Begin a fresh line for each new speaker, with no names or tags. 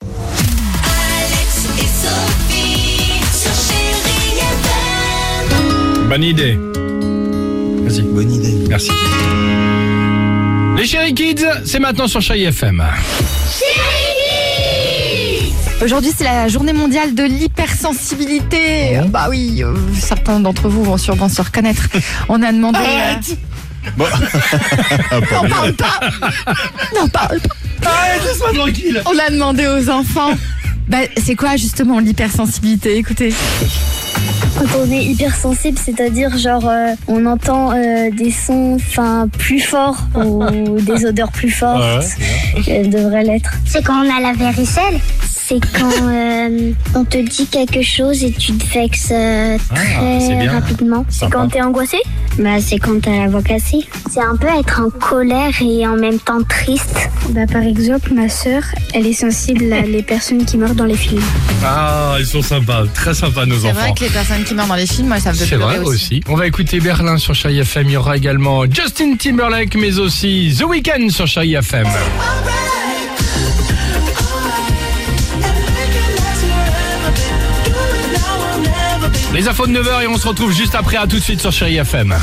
Alex et Sophie sur Chérie FM.
Bonne idée. Vas-y. Bonne idée. Merci. Les chéri kids, c'est maintenant sur Chai FM.
Aujourd'hui, c'est la journée mondiale de l'hypersensibilité. Euh, Bah oui, euh, certains d'entre vous vont sûrement se reconnaître. On a demandé. euh, Arrête
Ah,
N'en parle pas N'en parle pas
Laisse-moi tranquille.
On a demandé aux enfants. Bah, c'est quoi justement l'hypersensibilité Écoutez.
Quand on est hypersensible, c'est-à-dire genre euh, on entend euh, des sons enfin plus forts ou des odeurs plus fortes qu'elles devraient l'être.
C'est quand on a la varicelle.
C'est quand euh, on te dit quelque chose et tu te vexes euh,
Ah, c'est
très
bien.
rapidement. C'est
Sympa.
quand t'es angoissé Bah c'est quand t'as la voix cassée. C'est un peu être en colère et en même temps triste. Bah par exemple ma sœur, elle est sensible à les personnes qui meurent dans les films.
Ah, ils sont sympas, très sympas nos
C'est vrai
enfants.
que les personnes qui meurent dans les films, moi, ça me fait
C'est
pleurer
vrai aussi. On va écouter Berlin sur Chai FM. Il y aura également Justin Timberlake, mais aussi The Weeknd sur Chai FM. Les infos de 9h et on se retrouve juste après. À tout de suite sur Chéri FM.